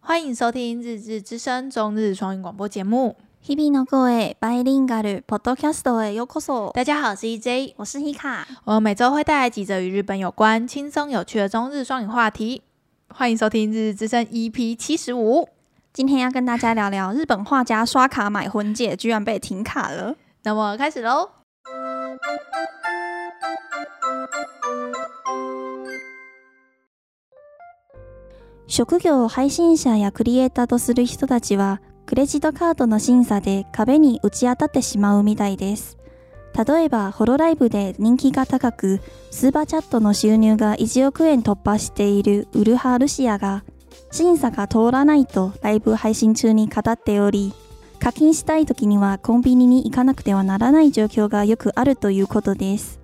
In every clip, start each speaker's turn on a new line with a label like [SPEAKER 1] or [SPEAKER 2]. [SPEAKER 1] 欢迎收听《日日之声》中日双语广播节目。
[SPEAKER 2] 日々の声バイリンガルポッドキャストへようこそ。
[SPEAKER 1] 大家好，我是 EJ，
[SPEAKER 2] 我是 Hika，
[SPEAKER 1] 我们每周会带来几则与日本有关、轻松有趣的中日双语话题。欢迎收听《日日之声》EP 七十五。
[SPEAKER 2] 今天要跟大家聊聊日本画家刷卡买婚戒居然被停卡了。
[SPEAKER 1] 那么开始喽。
[SPEAKER 2] 職業配信者やクリエイターとする人たちはクレジットカードの審査で壁に打ち当たってしまうみたいです例えばホロライブで人気が高くスーパーチャットの収入が1億円突破しているウルハルシアが審査が通らないとライブ配信中に語っており課金したい時にはコンビニに行かなくてはならない状況がよくあるということです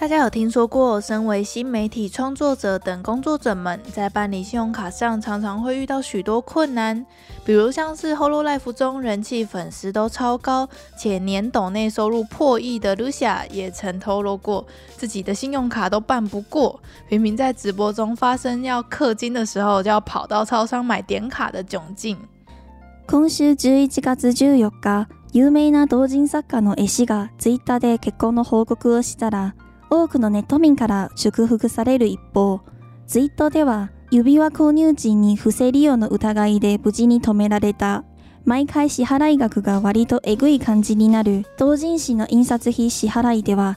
[SPEAKER 1] 大家有听说过，身为新媒体创作者等工作者们，在办理信用卡上常常会遇到许多困难，比如像是 Hololive 中人气粉丝都超高，且年抖内收入破亿的 Lucia 也曾透露过，自己的信用卡都办不过，频频在直播中发生要氪金的时候，就要跑到超商买点卡的窘境。
[SPEAKER 2] 今週11月14日有名な同人作家の絵師がツイッターで結婚の報告をしたら多くのネット民から祝福される一方、ツイッターでは指輪購入時に不正利用の疑いで無事に止められた。毎回支払い額が割とえぐい感じになる同人誌の印刷費支払いでは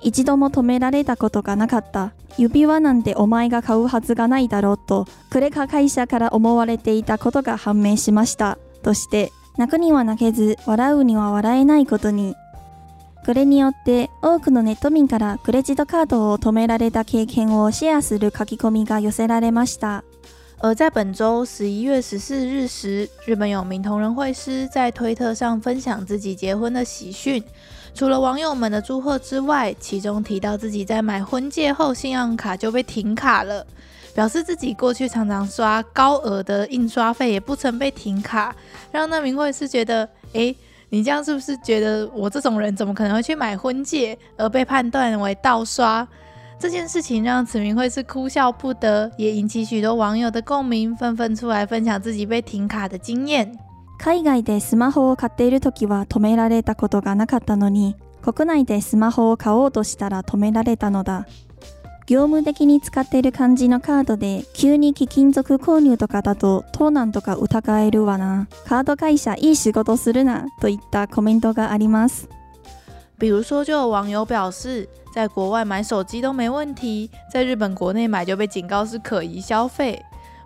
[SPEAKER 2] 一度も止められたことがなかった指輪なんてお前が買うはずがないだろうとクレカ会社から思われていたことが判明しましたとして泣くには泣けず笑うには笑えないことにこれによって多くのネット民からクレジットカードを止められた経験をシェアする書き込みが寄せられました。
[SPEAKER 1] 而在本周十一月十四日时，日本有名同人会师在推特上分享自己结婚的喜讯。除了网友们的祝贺之外，其中提到自己在买婚戒后，信用卡就被停卡了，表示自己过去常常刷高额的印刷费，也不曾被停卡，让那名会师觉得，诶，你这样是不是觉得我这种人怎么可能会去买婚戒，而被判断为盗刷？这件事情让此明会是哭笑不得，也引起许多网友的共鸣，纷纷出来分享自己被停卡的经验。
[SPEAKER 2] 海外でスマホを買っている時は止められたことがなかったのに国内でスマホを買おうとしたら止められたのだ業務的に使っている感じのカードで急に貴金属購入とかだと盗難とか疑えるわなカード会社いい仕事するなといったコメントがあります
[SPEAKER 1] 比如说，就有网友表示，在国外买手机都没问题，在日本国内买就被警告是可疑消费。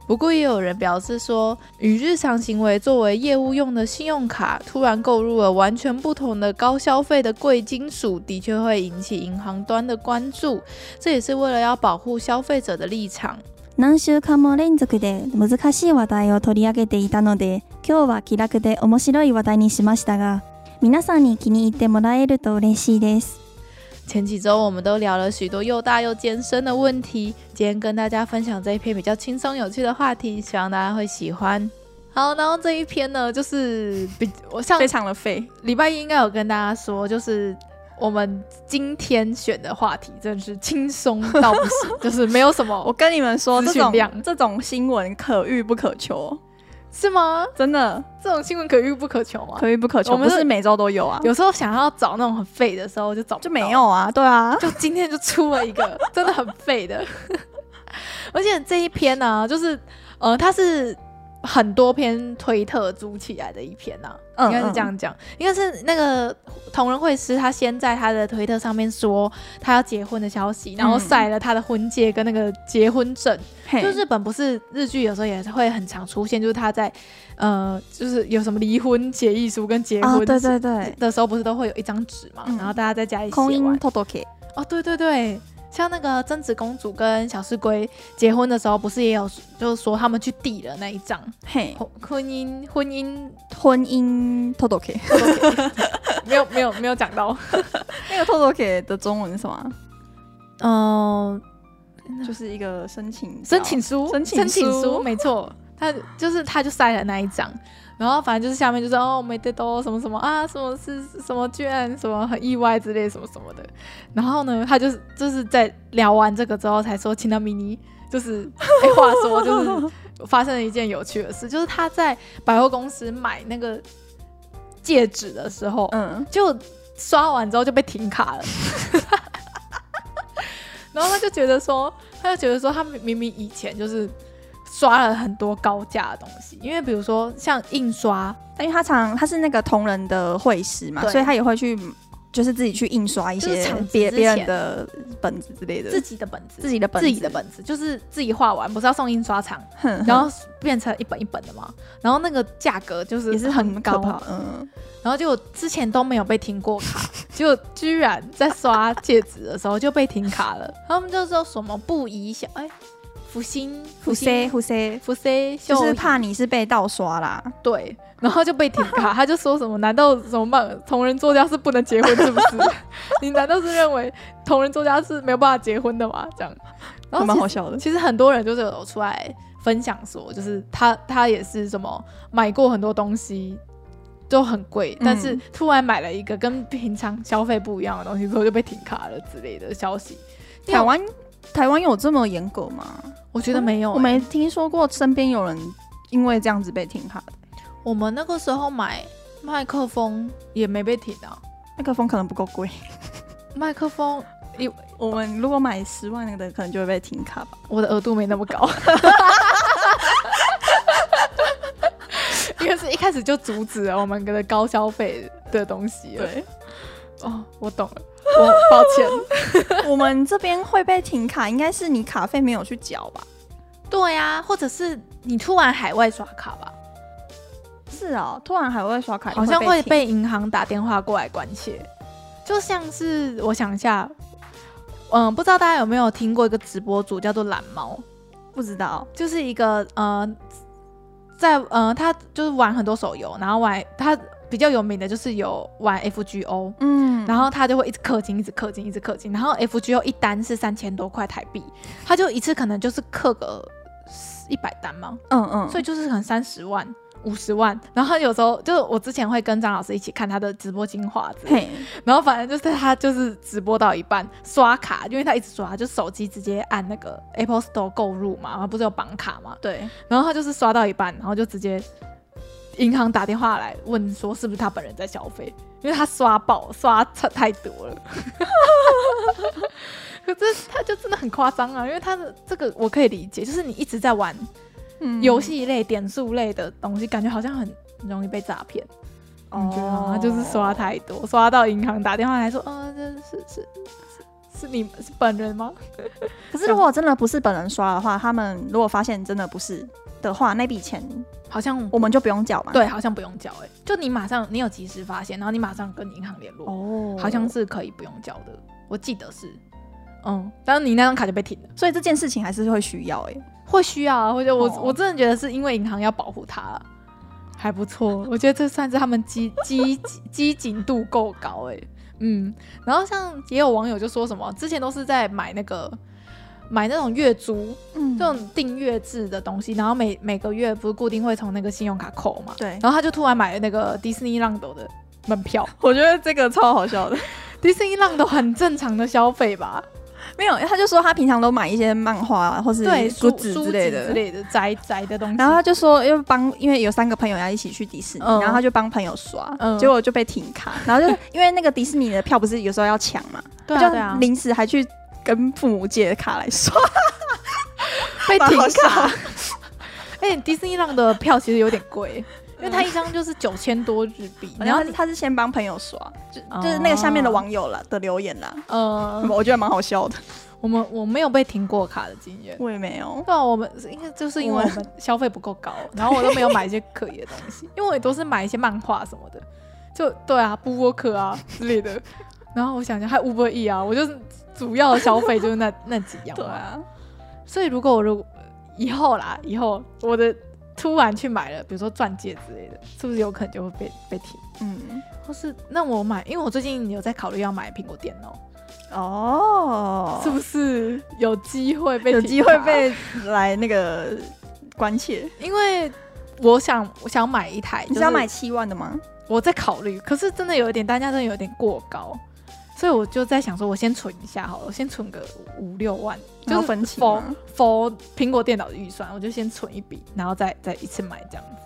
[SPEAKER 1] 不过，也有人表示说，与日常行为作为业务用的信用卡，突然购入了完全不同的高消费的贵金属，的确会引起银行端的关注。这也是为了要保护消费者的立场。
[SPEAKER 2] 何週間も連続で難しい話題を取り上げていたので今日は気楽で面白い話題にしましたが皆さんに気に入ってもらえると嬉しいです
[SPEAKER 1] 前几周我们都聊了许多又大又艰深的问题，今天跟大家分享这一篇比较轻松有趣的话题，希望大家会喜欢。好，然后这一篇呢，就是比我上
[SPEAKER 2] 常的废
[SPEAKER 1] 礼拜一应该有跟大家说，就是我们今天选的话题真的是轻松到不 行，就是没有什
[SPEAKER 3] 我
[SPEAKER 1] 么，
[SPEAKER 3] 跟你们说，
[SPEAKER 1] 资
[SPEAKER 3] 这
[SPEAKER 1] 讯量
[SPEAKER 3] 种这种新闻可遇不可求，
[SPEAKER 1] 是吗？
[SPEAKER 3] 真的
[SPEAKER 1] 这种新闻可遇不可求啊。
[SPEAKER 3] 可遇不可求。
[SPEAKER 1] 我们
[SPEAKER 3] 不
[SPEAKER 1] 是
[SPEAKER 3] 是每周都有啊，
[SPEAKER 1] 有时候想要找那种很废的时候，就找不
[SPEAKER 3] 就
[SPEAKER 1] 到
[SPEAKER 3] 没有啊，对啊。
[SPEAKER 1] 就今天就出了一个真的很废的， 而且这一篇呢、就是呃，它是很多篇推特组起来的一篇呐、
[SPEAKER 3] 嗯
[SPEAKER 1] 应该是这样讲，应该是那个同人会师他先在他的推特上面说他要结婚的消息，然后晒了他的婚戒跟那个结婚证，
[SPEAKER 3] 嗯嘿
[SPEAKER 1] 就日本不是日剧有时候也会很常出现，就是他在呃，就是有什么离婚协议书跟
[SPEAKER 3] 哦
[SPEAKER 1] 结
[SPEAKER 2] 啊、
[SPEAKER 1] 婚、
[SPEAKER 2] 对对对，
[SPEAKER 1] 的时候不是都会有一张纸嘛，
[SPEAKER 3] 嗯
[SPEAKER 1] 然后大家在家里写
[SPEAKER 2] 婚
[SPEAKER 1] 完
[SPEAKER 2] 姻。届
[SPEAKER 1] 哦，对对对，像那个贞子公主跟小四龟结婚的时候，不是也有就是说他们去递了那一张
[SPEAKER 3] 嘿，
[SPEAKER 1] 婚婚姻婚姻
[SPEAKER 2] け婚姻届け
[SPEAKER 1] 没有没有没有讲到，
[SPEAKER 3] 那个 t o t 的中文是什么啊？
[SPEAKER 1] 嗯、
[SPEAKER 3] 就是一个申请表
[SPEAKER 1] 申请书
[SPEAKER 3] 申请
[SPEAKER 1] 申请
[SPEAKER 3] 书
[SPEAKER 1] 书，没错，他就是他就塞了那一张。然后反正就是下面就是哦，没得都什么什么啊，什么是什么居然什么很意外之类什么什么的。然后呢，他就是就是在聊完这个之后才说，请他迷你，就是、哎话说就是 发生了一件有趣的事，就是他在百货公司买那个戒指的时候，
[SPEAKER 2] 嗯，
[SPEAKER 1] 就刷完之后就被停卡了。 然后他就觉得说，他就觉得说，他明明以前就是刷了很多高价的东西，因为比如说像印刷，
[SPEAKER 2] 因为他常他是那个同仁的会师嘛，
[SPEAKER 1] 对
[SPEAKER 2] 所以他也会去就是自己去印刷一
[SPEAKER 1] 就是
[SPEAKER 2] 些
[SPEAKER 1] 厂子
[SPEAKER 2] 别
[SPEAKER 1] 之
[SPEAKER 2] 别人
[SPEAKER 1] 前
[SPEAKER 2] 的本子之类的，
[SPEAKER 1] 自己的本子，
[SPEAKER 2] 自己的本
[SPEAKER 1] 自己的
[SPEAKER 2] 子，
[SPEAKER 1] 本子，就是自己画完，不是要送印刷 厂，
[SPEAKER 2] 哼
[SPEAKER 1] 然后变成一本一本的嘛。然后那个价格就是
[SPEAKER 2] 也是
[SPEAKER 1] 很
[SPEAKER 2] 很
[SPEAKER 1] 高啊
[SPEAKER 2] 可，怕，嗯，
[SPEAKER 1] 然后就之前都没有被停过 卡，结果居然在刷戒指的时候就被停卡了。他们就说什么不宜小哎，福星
[SPEAKER 2] 胡塞胡塞，
[SPEAKER 1] 福 C
[SPEAKER 2] 就是怕你是被盗刷啦，
[SPEAKER 1] 对，然后就被停卡，他就说什么？难道怎么办？同人作家是不能结婚是不是？ 你难道是认为同人作家是没有办法结婚的吗？这样，然
[SPEAKER 2] 还
[SPEAKER 1] 后
[SPEAKER 2] 蛮
[SPEAKER 1] 其
[SPEAKER 2] 好
[SPEAKER 1] 实
[SPEAKER 2] 笑的。
[SPEAKER 1] 其实很多人就是有出来分享说，就是他他也是什么买过很多东西。都很贵，但是
[SPEAKER 2] 嗯
[SPEAKER 1] 突然买了一个跟平常消费不一样的东西之后就被停卡了之类的消息，
[SPEAKER 2] 台湾台湾有这么严格吗？
[SPEAKER 1] 我觉得没有、欸。
[SPEAKER 2] 我没听说过身边有人因为这样子被停卡的，
[SPEAKER 1] 我们那个时候买麦克风也没被停啊，
[SPEAKER 2] 麦克风可能不够 贵。
[SPEAKER 1] 麦克风
[SPEAKER 2] 我们如果买十万那个的，可能就会被停卡吧。
[SPEAKER 1] 我的额度没那么高， 因为是一开始就阻止了我们的高消费的东西了。，哦，我懂了，我抱歉。
[SPEAKER 2] 我们这边会被停卡，应该是你卡费没有去缴吧？
[SPEAKER 1] 对呀、或者是你突然海外刷卡吧，
[SPEAKER 2] 是哦，突然海外刷卡
[SPEAKER 1] 好像会
[SPEAKER 2] 被
[SPEAKER 1] 被银行打电话过来关切，就像是我想一下。嗯，不知道大家有没有听过一个直播主叫做懒猫，
[SPEAKER 2] 停不知道，
[SPEAKER 1] 就是一个呃，在呃，他就是玩很多手游，然后玩他比较有名的就是有玩 FGO，
[SPEAKER 2] 嗯
[SPEAKER 1] 然后他就会一直氪金，一直氪金，一直氪金，然后 FGO 一单是三千多块台币，他就一次可能就是氪个一百单嘛，
[SPEAKER 2] 嗯嗯，
[SPEAKER 1] 所
[SPEAKER 2] 所
[SPEAKER 1] 以就是可能三十万。五十万，然后有时候就是我之前会跟张老师一起看他的直播精华之类的
[SPEAKER 2] 以嘿，
[SPEAKER 1] 然后反正就是他就是直播到一半刷卡，因为他一直刷，就手机直接按那个 Apple Store 购入嘛，然后不是有绑卡嘛，
[SPEAKER 2] 对，
[SPEAKER 1] 然后他就是刷到一半，然后就直接银行打电话来问说是不是他本人在消费，因为他刷爆刷太太多了。 可是他就真的很夸张啊，因为他的这个我可以理解，就是你一直在玩
[SPEAKER 2] 嗯
[SPEAKER 1] 游戏类、点数类的东西，感觉好像很容易被诈骗。你觉得吗他就是刷
[SPEAKER 2] 哦
[SPEAKER 1] 太多，刷到银行打电话来说，嗯、这是是是是你是本人吗？
[SPEAKER 2] 可是如果真的不是本人刷的话，他们如果发现真的不是的话，那笔钱
[SPEAKER 1] 好像
[SPEAKER 2] 我们就不用缴嘛。，
[SPEAKER 1] 对，好像不用交哎、欸就你马上你有及时发现，然后你马上跟银行联络，
[SPEAKER 2] 哦
[SPEAKER 1] 好像，是可以不用交的，我记得是，嗯，但是你那张卡就被停了，
[SPEAKER 2] 所以这件事情还是会需要哎。
[SPEAKER 1] 会需要啊，或者我、
[SPEAKER 2] 哦
[SPEAKER 1] 我真的觉得是因为银行要保护它了。还不错， 我觉得这算是他们机机机警度够高哎、欸嗯，然后像也有网友就说什么，之前都是在买那个买那种月租，
[SPEAKER 2] 嗯
[SPEAKER 1] 这种订阅制的东西，然后每每个月不是固定会从那个信用卡扣嘛？
[SPEAKER 2] 对
[SPEAKER 1] 然后他就突然买了那个迪士尼浪斗的门 票，
[SPEAKER 2] 我觉得这个超好笑的。
[SPEAKER 1] 迪士尼浪斗很正常的消费吧？
[SPEAKER 2] 没有，他就说他平常都买一些漫画啊或是
[SPEAKER 1] 对，
[SPEAKER 2] 书
[SPEAKER 1] 书
[SPEAKER 2] 纸
[SPEAKER 1] 书
[SPEAKER 2] 之类
[SPEAKER 1] 之
[SPEAKER 2] 的。
[SPEAKER 1] 类的宅宅的东西。
[SPEAKER 2] 然后他就说，因为帮，因为有三个朋友要一起去迪士尼，
[SPEAKER 1] 嗯
[SPEAKER 2] 然后他就帮朋友刷，
[SPEAKER 1] 嗯
[SPEAKER 2] 结果就被停卡。然 后就因为那个迪士尼的票不是有时候要抢嘛，
[SPEAKER 1] 对啊对
[SPEAKER 2] 他
[SPEAKER 1] 啊
[SPEAKER 2] 就，临时还去跟父母借卡来刷，
[SPEAKER 1] 被停
[SPEAKER 2] 蛮好笑
[SPEAKER 1] 卡。而且迪士尼浪的票其实有点贵，因
[SPEAKER 2] 嗯
[SPEAKER 1] 为它一张就是九千多日币，
[SPEAKER 2] 然
[SPEAKER 1] 然
[SPEAKER 2] 后
[SPEAKER 1] 后
[SPEAKER 2] 他
[SPEAKER 1] 你
[SPEAKER 2] 他是先帮朋友刷，就
[SPEAKER 1] 哦
[SPEAKER 2] 就是那个下面的网友啦的留言啦，
[SPEAKER 1] 呃，
[SPEAKER 2] 我觉得蛮好笑的。
[SPEAKER 1] 我们我没有被停过卡的经验。
[SPEAKER 2] 我也没有，
[SPEAKER 1] 对啊，我们是应该就是因为我们消费不够高，然后我都没有买一些可疑的东西， 因为我也都是买一些漫画什么的，就对啊，布沃克啊之类 的。然后我想想，还 Uber E 啊，我就是主要的消费就是那 那几样。
[SPEAKER 2] 对，啊，
[SPEAKER 1] 所以如果我如以后啦，以后我的突然去买了，比如说钻戒之类的，是不是有可能就会被被停？
[SPEAKER 2] 嗯，
[SPEAKER 1] 或是那我买，因为我最近有在考虑要买苹果电脑，
[SPEAKER 2] 哦，
[SPEAKER 1] 是不是有机会被
[SPEAKER 2] 有
[SPEAKER 1] 停
[SPEAKER 2] 机会
[SPEAKER 1] 卡
[SPEAKER 2] 被来那个关切。
[SPEAKER 1] 因为我想我想买一台，
[SPEAKER 2] 你是要买？七万的吗？
[SPEAKER 1] 我在考虑，可是真的有一点，单价真的有点过高，所以我就在想说，我先存一下好了，我先存个五六万，
[SPEAKER 2] 然
[SPEAKER 1] 就
[SPEAKER 2] 后
[SPEAKER 1] 是
[SPEAKER 2] 分期
[SPEAKER 1] for
[SPEAKER 2] 吗
[SPEAKER 1] for 苹果电脑的预算，我就先存一笔，然后再再一次买这样子。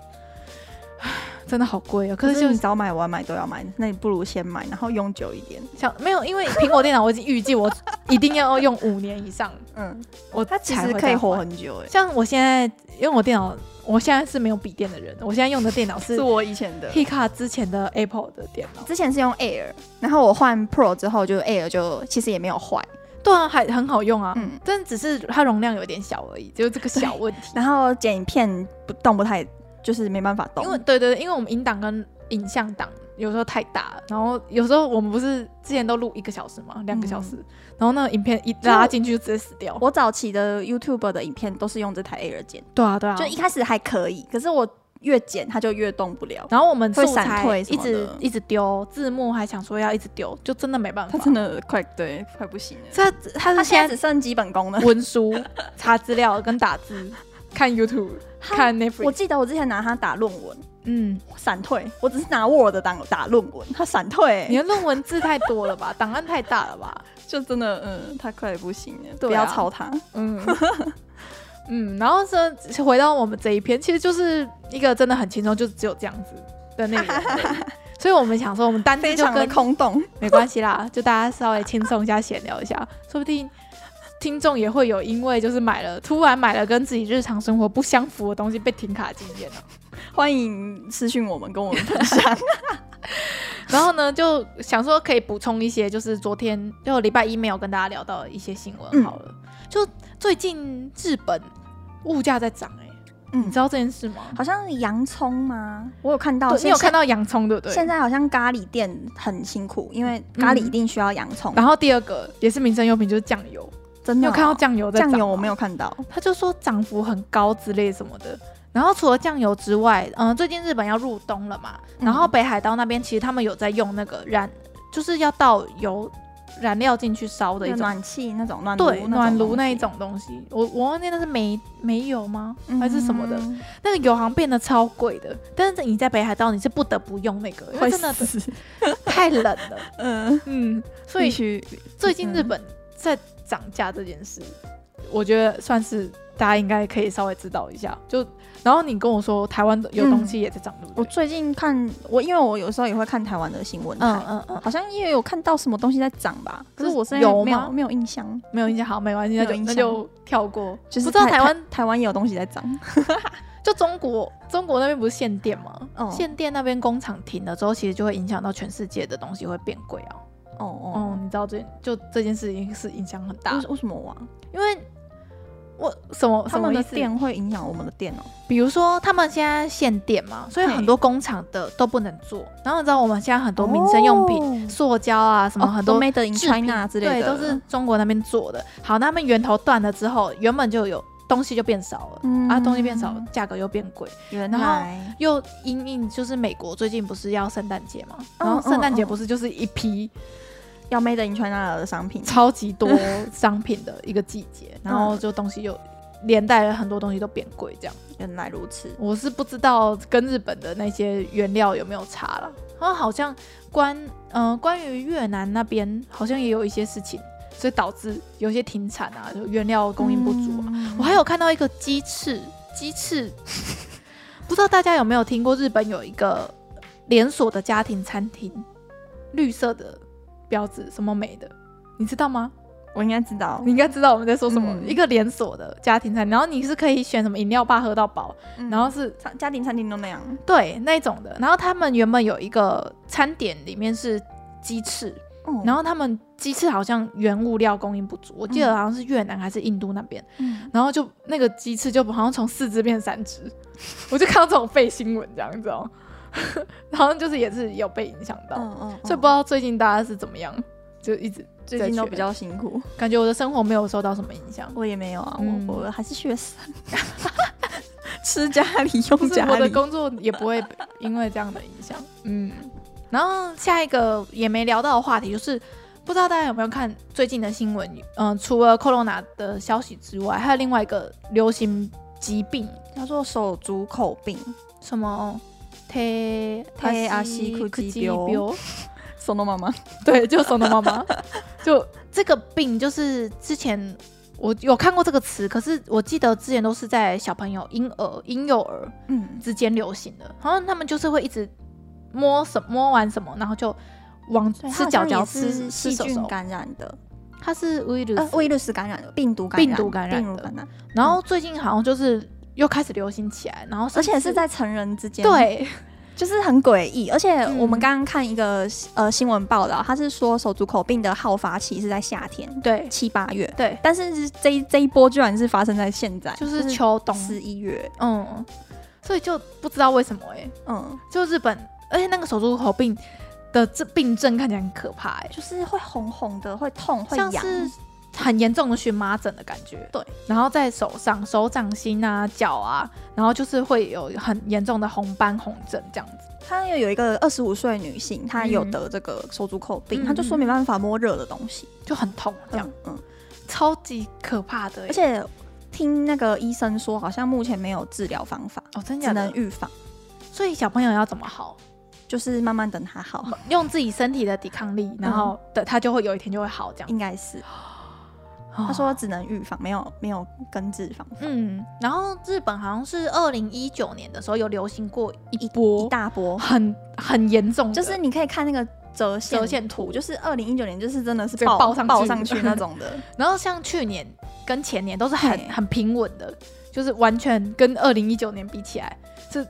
[SPEAKER 1] 唉 真的好贵哦，可
[SPEAKER 2] 可
[SPEAKER 1] 是
[SPEAKER 2] 是
[SPEAKER 1] 就
[SPEAKER 2] 你早买晚买都要买，那你不如先买，然后用久一点。
[SPEAKER 1] 想没有，因为苹果电脑我已经预计我一定要用五年以上，
[SPEAKER 2] 嗯，
[SPEAKER 1] 我它
[SPEAKER 2] 其实可以活。很久哎、
[SPEAKER 1] 像我现在因为我电脑，我现在是没有笔电的人，我现在用的电脑是
[SPEAKER 2] 是我以前的。
[SPEAKER 1] Hika 之前的 Apple 的电脑。
[SPEAKER 2] 之前是用 Air，然后我换 Pro 之后，就 Air 就其实也没有坏，
[SPEAKER 1] 对啊，还很好用啊，
[SPEAKER 2] 嗯，
[SPEAKER 1] 但只是它容量有点小而已，就是这个小问题。
[SPEAKER 2] 然后剪影片不动不太，就是没办法动，
[SPEAKER 1] 因为对对对，因为我们音档跟影像档有时候太大了，然后有时候我们不是之前都录一个小时嘛，两个小时，然后那个影片一拉进去就直接死掉。
[SPEAKER 2] 嗯我早期的 YouTube 的影片都是用这台 Air 剪，
[SPEAKER 1] 对啊对啊，
[SPEAKER 2] 就一开始还可以，可是我越剪它就越动不了，
[SPEAKER 1] 然后我们素
[SPEAKER 2] 会闪
[SPEAKER 1] 材
[SPEAKER 2] 退什
[SPEAKER 1] 一
[SPEAKER 2] 么的
[SPEAKER 1] 直一直丢，字幕还想说要一直丢，就真的没办法。
[SPEAKER 2] 它真，的快对快不行了。
[SPEAKER 1] 他他
[SPEAKER 2] 它
[SPEAKER 1] 是
[SPEAKER 2] 现
[SPEAKER 1] 现在
[SPEAKER 2] 在只剩基本 功了。
[SPEAKER 1] 文书、查资料跟打字、 看 YouTube、
[SPEAKER 2] 它
[SPEAKER 1] 看
[SPEAKER 2] 我
[SPEAKER 1] Netflix，
[SPEAKER 2] 记得我之前拿它打论文，
[SPEAKER 1] 嗯，
[SPEAKER 2] 闪退，我只是拿 Word 当打论文，它闪退、
[SPEAKER 1] 你的论文字太多了吧， 档案太大了吧，
[SPEAKER 2] 就真的嗯，它快不行了，
[SPEAKER 1] 对啊
[SPEAKER 2] 不要抄它。
[SPEAKER 1] 嗯。 嗯，然后呢，回到我们这一篇，其实就是一个真的很轻松，就只有这样子的 内容而已。所以我们想说，我们单字
[SPEAKER 2] 非
[SPEAKER 1] 就
[SPEAKER 2] 常的
[SPEAKER 1] 跟
[SPEAKER 2] 空洞。
[SPEAKER 1] 没关系啦，就大家稍微轻松一下，闲聊一下， 说不定听众也会有因为就是买了突然买了跟自己日常生活不相符的东西被停卡经验啊。
[SPEAKER 2] 欢迎私讯我们，跟我们分享。
[SPEAKER 1] 然后呢，就想说可以补充一些，就是昨天就礼拜一没有跟大家聊到的一些新闻
[SPEAKER 2] 嗯
[SPEAKER 1] 好了。就最近日本物价在涨哎、你
[SPEAKER 2] 嗯
[SPEAKER 1] 知，道这件事吗？
[SPEAKER 2] 好像是洋葱吗？我有看到，
[SPEAKER 1] 对你有看
[SPEAKER 2] 到？
[SPEAKER 1] 到洋葱对不对？
[SPEAKER 2] 现在好像咖喱店很辛苦，因为咖喱一定需要洋葱。
[SPEAKER 1] 然后第二个也是民生用品，就是酱油。
[SPEAKER 2] 真
[SPEAKER 1] 你
[SPEAKER 2] 的哦
[SPEAKER 1] 有看到酱油在涨
[SPEAKER 2] 酱
[SPEAKER 1] 吗
[SPEAKER 2] 油？我没有看到。
[SPEAKER 1] 他就说涨幅很高之类什么的。然后除了酱油之外，嗯、最近日本要入冬了嘛，
[SPEAKER 2] 嗯
[SPEAKER 1] 然后北海道那边其实他们有在用那个燃，就是要倒油燃料进去烧的一
[SPEAKER 2] 就
[SPEAKER 1] 种，
[SPEAKER 2] 暖气那种暖炉
[SPEAKER 1] 对，暖炉那一
[SPEAKER 2] 种
[SPEAKER 1] 种东西。我我忘记那是煤煤油吗
[SPEAKER 2] 东西，，
[SPEAKER 1] 还是什么的？
[SPEAKER 2] 嗯
[SPEAKER 1] 那个油好像变得超贵的，但是你在北海道你是不得不用那个，因为
[SPEAKER 2] 会
[SPEAKER 1] 真的
[SPEAKER 2] 死。
[SPEAKER 1] 太冷 了。
[SPEAKER 2] 嗯，
[SPEAKER 1] 嗯，所
[SPEAKER 2] 必
[SPEAKER 1] 以
[SPEAKER 2] 须嗯
[SPEAKER 1] 最近日本在涨价这件事，我觉得算是大家应该可以稍微知道一下。就然后你跟我说台湾的有东西也在涨，对不
[SPEAKER 2] 嗯我
[SPEAKER 1] 对？
[SPEAKER 2] 最近看我，因为我有时候也会看台湾的新闻台，
[SPEAKER 1] 嗯嗯嗯，
[SPEAKER 2] 好像也有看到什么东西在涨吧，可是我现在
[SPEAKER 1] 有吗
[SPEAKER 2] 没有没有印象，
[SPEAKER 1] 没有印象，好，没关系，那
[SPEAKER 2] 没有
[SPEAKER 1] 就
[SPEAKER 2] 印
[SPEAKER 1] 那
[SPEAKER 2] 象
[SPEAKER 1] 就跳过。
[SPEAKER 2] 就是
[SPEAKER 1] 不知道台湾
[SPEAKER 2] 台湾也有东西在涨，
[SPEAKER 1] 就中国中国那边不是限电吗？
[SPEAKER 2] 哦
[SPEAKER 1] 限电那边工厂停了之后，其实就会影响到全世界的东西会变贵啊。
[SPEAKER 2] 哦
[SPEAKER 1] 哦、
[SPEAKER 2] 哦，
[SPEAKER 1] 你知道这就这件事情是影响很大
[SPEAKER 2] 为
[SPEAKER 1] 的，
[SPEAKER 2] 为什么哇？
[SPEAKER 1] 因为我什么
[SPEAKER 2] 他
[SPEAKER 1] 什么
[SPEAKER 2] 们的
[SPEAKER 1] 意思
[SPEAKER 2] 电会影响我们的电哦，
[SPEAKER 1] 比如说他们现在限电嘛，所以
[SPEAKER 2] 嘿
[SPEAKER 1] 很多工厂的都不能做。然后你知道我们现在很多民生用品、
[SPEAKER 2] 品
[SPEAKER 1] 塑胶啊什么很多
[SPEAKER 2] 哦 made in
[SPEAKER 1] 制品
[SPEAKER 2] China 之类的，
[SPEAKER 1] 对，都是中国那边做的。好，那他们源头断了之后，原本就有东西就变少了，
[SPEAKER 2] 嗯
[SPEAKER 1] 啊，东西变少，价格又变贵。
[SPEAKER 2] 原
[SPEAKER 1] 然后
[SPEAKER 2] 来
[SPEAKER 1] 又因应就是美国最近不是要圣诞节嘛，
[SPEAKER 2] 嗯
[SPEAKER 1] 然后圣诞节
[SPEAKER 2] 嗯嗯
[SPEAKER 1] 不是就是一批
[SPEAKER 2] 要 made in China 的商品，
[SPEAKER 1] 超级多商品的一个季节，然 后就东西就连带了很多东西都变贵这样。
[SPEAKER 2] 原来如此，
[SPEAKER 1] 我是不知道跟日本的那些原料有没有差了。然后好像关嗯、关于越南那边好像也有一些事情，所以导致有些停产啊，就原料供应不足啊。
[SPEAKER 2] 嗯
[SPEAKER 1] 我还有看到一个鸡翅，鸡翅， 不知道大家有没有听过？日本有一个连锁的家庭餐厅，绿色的标志，什么美的，你知道吗？
[SPEAKER 2] 我应该知道
[SPEAKER 1] 你，应该知道我们在说什么。
[SPEAKER 2] 嗯
[SPEAKER 1] 一个连锁的家庭餐厅，然后你是可以选什么饮料吧喝到饱，
[SPEAKER 2] 嗯
[SPEAKER 1] 然后是
[SPEAKER 2] 餐家庭餐厅都那样，
[SPEAKER 1] 对，那一种的。然后他们原本有一个餐点，里面是鸡翅，
[SPEAKER 2] 哦
[SPEAKER 1] 然后他们鸡翅好像原物料供应不足，我记得
[SPEAKER 2] 嗯
[SPEAKER 1] 好像是越南还是印度那边，
[SPEAKER 2] 嗯
[SPEAKER 1] 然后就那个鸡翅就好像从四只变三只， 我就看到这种废新闻，这样你知 道吗？好像就是也是有被影响到，
[SPEAKER 2] 嗯嗯，
[SPEAKER 1] 所以不知道最近大家是怎么样，就一直
[SPEAKER 2] 最近都
[SPEAKER 1] 在
[SPEAKER 2] 比较辛苦，
[SPEAKER 1] 感觉我的生活没有受到什么影响。
[SPEAKER 2] 我也没有啊，
[SPEAKER 1] 嗯
[SPEAKER 2] 我我还是学 生，吃家里用
[SPEAKER 1] 不是
[SPEAKER 2] 家
[SPEAKER 1] 我的
[SPEAKER 2] 里。
[SPEAKER 1] 工作也不会因为这样的影响。嗯，然后下一个也没聊到的话题就是，不知道大家有没有看最近的新闻？嗯、除了 corona 的消息之外，还有另外一个流行疾病，
[SPEAKER 2] 叫做手足口病，
[SPEAKER 1] 什么啊 t
[SPEAKER 2] 啊 Te- 阿西库基
[SPEAKER 1] i
[SPEAKER 2] 丢怂的妈妈，
[SPEAKER 1] 对，就怂的妈 妈，就这个病，就是之前我有看过这个词，可是我记得之前都是在小朋友、婴儿、婴幼儿
[SPEAKER 2] 嗯，
[SPEAKER 1] 之间流行的，好像他们就是会一直摸什摸完什么，然后就往
[SPEAKER 2] 对
[SPEAKER 1] 吃
[SPEAKER 2] 它好
[SPEAKER 1] 脚
[SPEAKER 2] 像
[SPEAKER 1] 脚、
[SPEAKER 2] 也
[SPEAKER 1] 吃
[SPEAKER 2] 是
[SPEAKER 1] 吃
[SPEAKER 2] 细
[SPEAKER 1] 手
[SPEAKER 2] 菌
[SPEAKER 1] 手，
[SPEAKER 2] 感染的，
[SPEAKER 1] 它是 virus，、
[SPEAKER 2] 呃，威鲁斯感染的，病毒感染，
[SPEAKER 1] 病毒感染
[SPEAKER 2] 病毒
[SPEAKER 1] 的嗯
[SPEAKER 2] 感染，
[SPEAKER 1] 然后最近好像就是又开始流行起来，然后甚
[SPEAKER 2] 而且
[SPEAKER 1] 至
[SPEAKER 2] 是在成人之间，，
[SPEAKER 1] 对，
[SPEAKER 2] 就是很诡异。而且我们
[SPEAKER 1] 嗯
[SPEAKER 2] 刚刚看一个呃新闻报道，他是说手足口病的好发期是在夏天
[SPEAKER 1] 对
[SPEAKER 2] 七八月，
[SPEAKER 1] 对，
[SPEAKER 2] 但是这一这一波居然是发生在现在，
[SPEAKER 1] 就是秋冬，
[SPEAKER 2] 十一月，
[SPEAKER 1] 嗯，所以就不知道为什么哎、
[SPEAKER 2] 嗯，
[SPEAKER 1] 就日本，而且那个手足口病的这病症看起来很可怕哎、
[SPEAKER 2] 就是会红红的，会痛，会
[SPEAKER 1] 像
[SPEAKER 2] 痒，
[SPEAKER 1] 是很严重的荨麻疹的感觉。
[SPEAKER 2] 对，
[SPEAKER 1] 然后在手上、手掌心啊、脚啊，然后就是会有很严重的红斑红疹这样子。
[SPEAKER 2] 他又有一个二十五岁女性，她有
[SPEAKER 1] 嗯
[SPEAKER 2] 得这个手足口病，
[SPEAKER 1] 嗯
[SPEAKER 2] 她就说没办法摸热的东西，
[SPEAKER 1] 就很痛，这样、
[SPEAKER 2] 嗯嗯，
[SPEAKER 1] 超级可怕的欸、
[SPEAKER 2] 而且听那个医生说，好像目前没有治疗方法，
[SPEAKER 1] 哦，真
[SPEAKER 2] 只
[SPEAKER 1] 假的
[SPEAKER 2] 能，预防，
[SPEAKER 1] 所以小朋友要怎么好？
[SPEAKER 2] 就是慢慢等她好，
[SPEAKER 1] 用自己身体的抵抗力，然后
[SPEAKER 2] 嗯
[SPEAKER 1] 等他就会有一天就会好这样。
[SPEAKER 2] 应该是嗯他
[SPEAKER 1] 哦
[SPEAKER 2] 说只能预防，没有没有根治方法，
[SPEAKER 1] 嗯，然后日本好像是二零一九年的时候有流行过一波
[SPEAKER 2] 一大波，
[SPEAKER 1] 很很严哦重的，
[SPEAKER 2] 就是你可以看那个折线
[SPEAKER 1] 折线图
[SPEAKER 2] 就是二零一九年，就是真的是
[SPEAKER 1] 这个爆
[SPEAKER 2] 爆
[SPEAKER 1] 上去
[SPEAKER 2] 爆上去那种 的，
[SPEAKER 1] 然后像去年跟前年都是很
[SPEAKER 2] 嘿
[SPEAKER 1] 很平稳的，就是完全跟二零一九年比起来是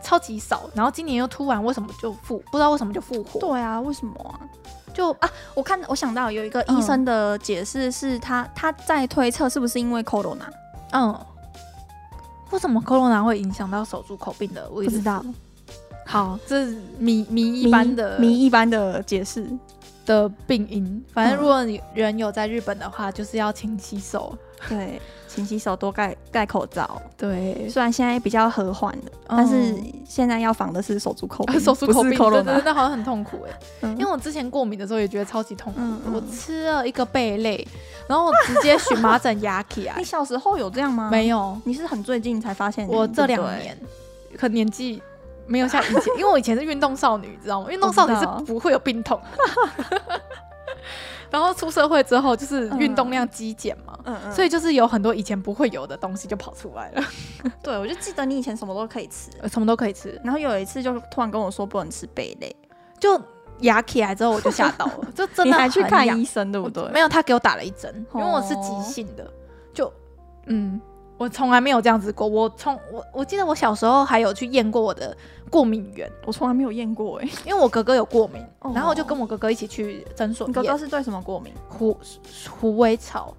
[SPEAKER 1] 超级少。然后今年又突然为什么就复，不知道为什么就复活，
[SPEAKER 2] 对啊，为什么啊？
[SPEAKER 1] 就啊
[SPEAKER 2] 我看我想到有一个
[SPEAKER 1] 嗯
[SPEAKER 2] 医生的解释是他、他在推测是不是因为 corona，
[SPEAKER 1] 嗯，为什么 corona 会影响到手足口病的位置？
[SPEAKER 2] 道，
[SPEAKER 1] 好，这是迷迷一般的
[SPEAKER 2] 迷一般的解释，
[SPEAKER 1] 的病因。反正
[SPEAKER 2] 嗯
[SPEAKER 1] 如果你人有在日本的话，就是要勤洗手。
[SPEAKER 2] 对，勤洗手，多盖盖口罩。
[SPEAKER 1] 对，，
[SPEAKER 2] 虽然现在比较和缓了，但是现在要防的 是手足口 病
[SPEAKER 1] 手足口
[SPEAKER 2] 不
[SPEAKER 1] 病，
[SPEAKER 2] 是
[SPEAKER 1] 对对
[SPEAKER 2] corona，
[SPEAKER 1] 对，那好像很痛苦哎、
[SPEAKER 2] 嗯
[SPEAKER 1] 因为我之前过敏的时候也觉得超级痛苦的
[SPEAKER 2] 嗯嗯
[SPEAKER 1] 我吃了一个贝类，然后我直接荨麻疹压起来
[SPEAKER 2] 你，小时候有这样吗？，
[SPEAKER 1] 没有，
[SPEAKER 2] 你是很欸最近才发现。
[SPEAKER 1] 我这两
[SPEAKER 2] 对不对，
[SPEAKER 1] 年可年纪没有像以前，因为我以前是运动少女，你知道吗？运动少女
[SPEAKER 2] 我
[SPEAKER 1] 是
[SPEAKER 2] 知
[SPEAKER 1] 不会有病痛的 然后出社会之后，就是运动量激减嘛。
[SPEAKER 2] 嗯嗯，
[SPEAKER 1] 所
[SPEAKER 2] 所以
[SPEAKER 1] 以就是有很多以前不会有的东西就跑出来了，
[SPEAKER 2] 对我就记得你以前什么都可以吃，
[SPEAKER 1] 什么都可以吃。
[SPEAKER 2] 然后有一次就突然跟我说不能吃贝类，
[SPEAKER 1] 就压起来之后我就吓到了，就真的
[SPEAKER 2] 你还去
[SPEAKER 1] 很
[SPEAKER 2] 看
[SPEAKER 1] 痒
[SPEAKER 2] 医生对不对？
[SPEAKER 1] 没有，他给我打了一针，因为我是急
[SPEAKER 2] 哦
[SPEAKER 1] 性的，就嗯，我从来没有这样子过。我从我我记得我小时候还有去验过我的过敏源，
[SPEAKER 2] 我从来没有验过哎、
[SPEAKER 1] 因为我哥哥有过敏，
[SPEAKER 2] 哦
[SPEAKER 1] 然后我就跟我哥哥一起去诊所
[SPEAKER 2] 你
[SPEAKER 1] 验
[SPEAKER 2] 哥哥是对什么过敏？
[SPEAKER 1] 虎虎尾草，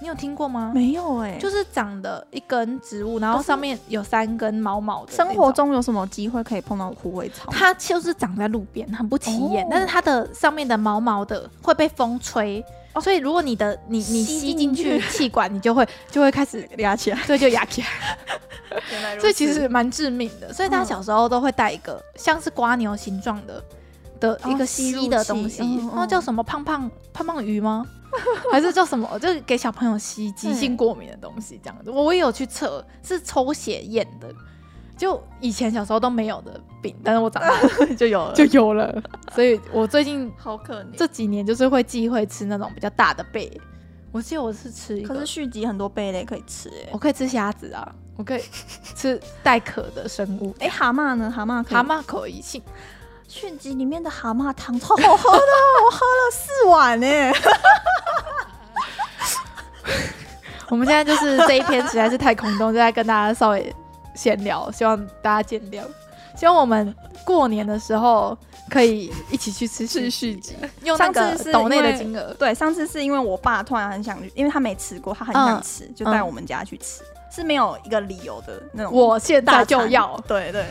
[SPEAKER 1] 你有听过吗？
[SPEAKER 2] 没有哎、
[SPEAKER 1] 就是长的一根植物，然后上面有三根毛毛的。
[SPEAKER 2] 生活，中有什么机会可以碰到虎尾草？
[SPEAKER 1] 它就是长在路边，很不起眼，
[SPEAKER 2] 哦
[SPEAKER 1] 但是它的上面的毛毛的会被风吹。
[SPEAKER 2] 哦
[SPEAKER 1] 所以，如果你的你你
[SPEAKER 2] 吸
[SPEAKER 1] 吸进
[SPEAKER 2] 进
[SPEAKER 1] 去气管，你就会 就会开始
[SPEAKER 2] 压起来，
[SPEAKER 1] 对，就牙 起来，
[SPEAKER 2] 原来
[SPEAKER 1] 所以其实蛮致命的。所以他小时候都会带一个像是瓜牛形状的的
[SPEAKER 2] 嗯哦
[SPEAKER 1] 一个
[SPEAKER 2] 吸入
[SPEAKER 1] 吸的东西
[SPEAKER 2] 器嗯嗯，
[SPEAKER 1] 那叫什么胖胖胖胖鱼吗？ 还是叫什么？就是给小朋友吸急性过敏的东西这样子。我也有去测，是抽血验的，就以前小时候都没有的病，但是我长大
[SPEAKER 2] 就有了，
[SPEAKER 1] 就有了。 所以我最近
[SPEAKER 2] 好可怜。
[SPEAKER 1] 这几年就是会忌讳吃那种比较大的贝。我记得我是吃一个，
[SPEAKER 2] 可是续集很多贝类可以吃哎、
[SPEAKER 1] 我可以吃虾子啊，我可以吃带壳的生 物。
[SPEAKER 2] 哎、蛤蟆呢？蛤蟆可以
[SPEAKER 1] 蛤蟆可以性，
[SPEAKER 2] 续集里面的蛤蟆汤超好喝的，我喝了四碗 哎、
[SPEAKER 1] 我们现在就是这一篇实在是太空洞，就在跟大家稍微闲聊，希望大家见谅。希望我们过年的时候可以一起去吃续续集，用那
[SPEAKER 2] 上
[SPEAKER 1] 个
[SPEAKER 2] 次是
[SPEAKER 1] 岛内
[SPEAKER 2] 因为
[SPEAKER 1] 的金额。
[SPEAKER 2] 对，上次是因为我爸突然很想去，因为他没吃过，他很想吃，就带我们家去吃，是没有一个理由的那种。
[SPEAKER 1] 嗯我现在就要，
[SPEAKER 2] 对对，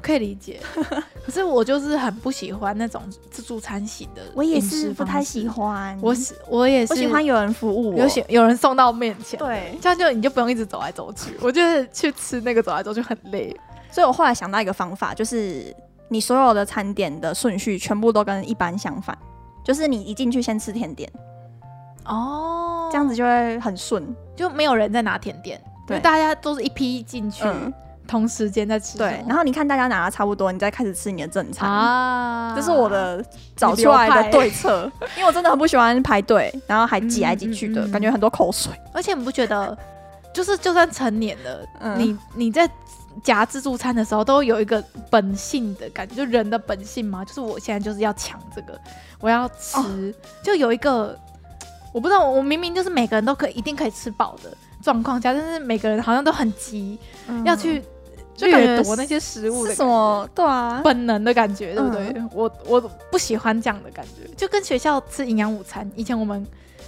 [SPEAKER 1] 可以理 解。可是我就是很不喜欢那种自助餐型的，
[SPEAKER 2] 我也是不太喜。欢。
[SPEAKER 1] 我喜我也是，
[SPEAKER 2] 我喜欢有人服务我，
[SPEAKER 1] 有喜有人送到面前，
[SPEAKER 2] 对，
[SPEAKER 1] 这样就你就不用一直走来走 去。我觉得去吃那个走来走去很累。
[SPEAKER 2] 所以我后来想到一个方法，就是你所有的餐点的顺序全部都跟一般相反，就是你一进去先吃甜点，
[SPEAKER 1] 哦
[SPEAKER 2] 这样子就会很顺。
[SPEAKER 1] 就没有人在拿甜点，因
[SPEAKER 2] 对
[SPEAKER 1] 为大家都是一批进去，
[SPEAKER 2] 嗯，
[SPEAKER 1] 同时间在吃什么。
[SPEAKER 2] 对，然后你看大家拿的差不多，你再开始吃你的正餐。
[SPEAKER 1] 啊，
[SPEAKER 2] 这是我的找出来的对策，因为我真的很不喜欢排队，然后还挤来挤去的、
[SPEAKER 1] 嗯嗯嗯
[SPEAKER 2] 感觉，很多口水。
[SPEAKER 1] 而且你不觉得， 就是就算成年了，
[SPEAKER 2] 嗯
[SPEAKER 1] 你你在夹自助餐的时候，都有一个本性的感觉，就人的本性嘛，就是我现在就是要抢这个，我要吃，
[SPEAKER 2] 哦
[SPEAKER 1] 就有一个我不知道，我明明就是每个人都可以一定可以吃饱的状况下，但是每个人好像都很急、要去
[SPEAKER 2] 嗯就感觉
[SPEAKER 1] 掠夺那些食物的感
[SPEAKER 2] 是什
[SPEAKER 1] 觉
[SPEAKER 2] 么？对啊，
[SPEAKER 1] 本能的感觉，对不对？
[SPEAKER 2] 嗯
[SPEAKER 1] 我我不喜欢这样的感觉，就跟学校吃营养午餐，以前我们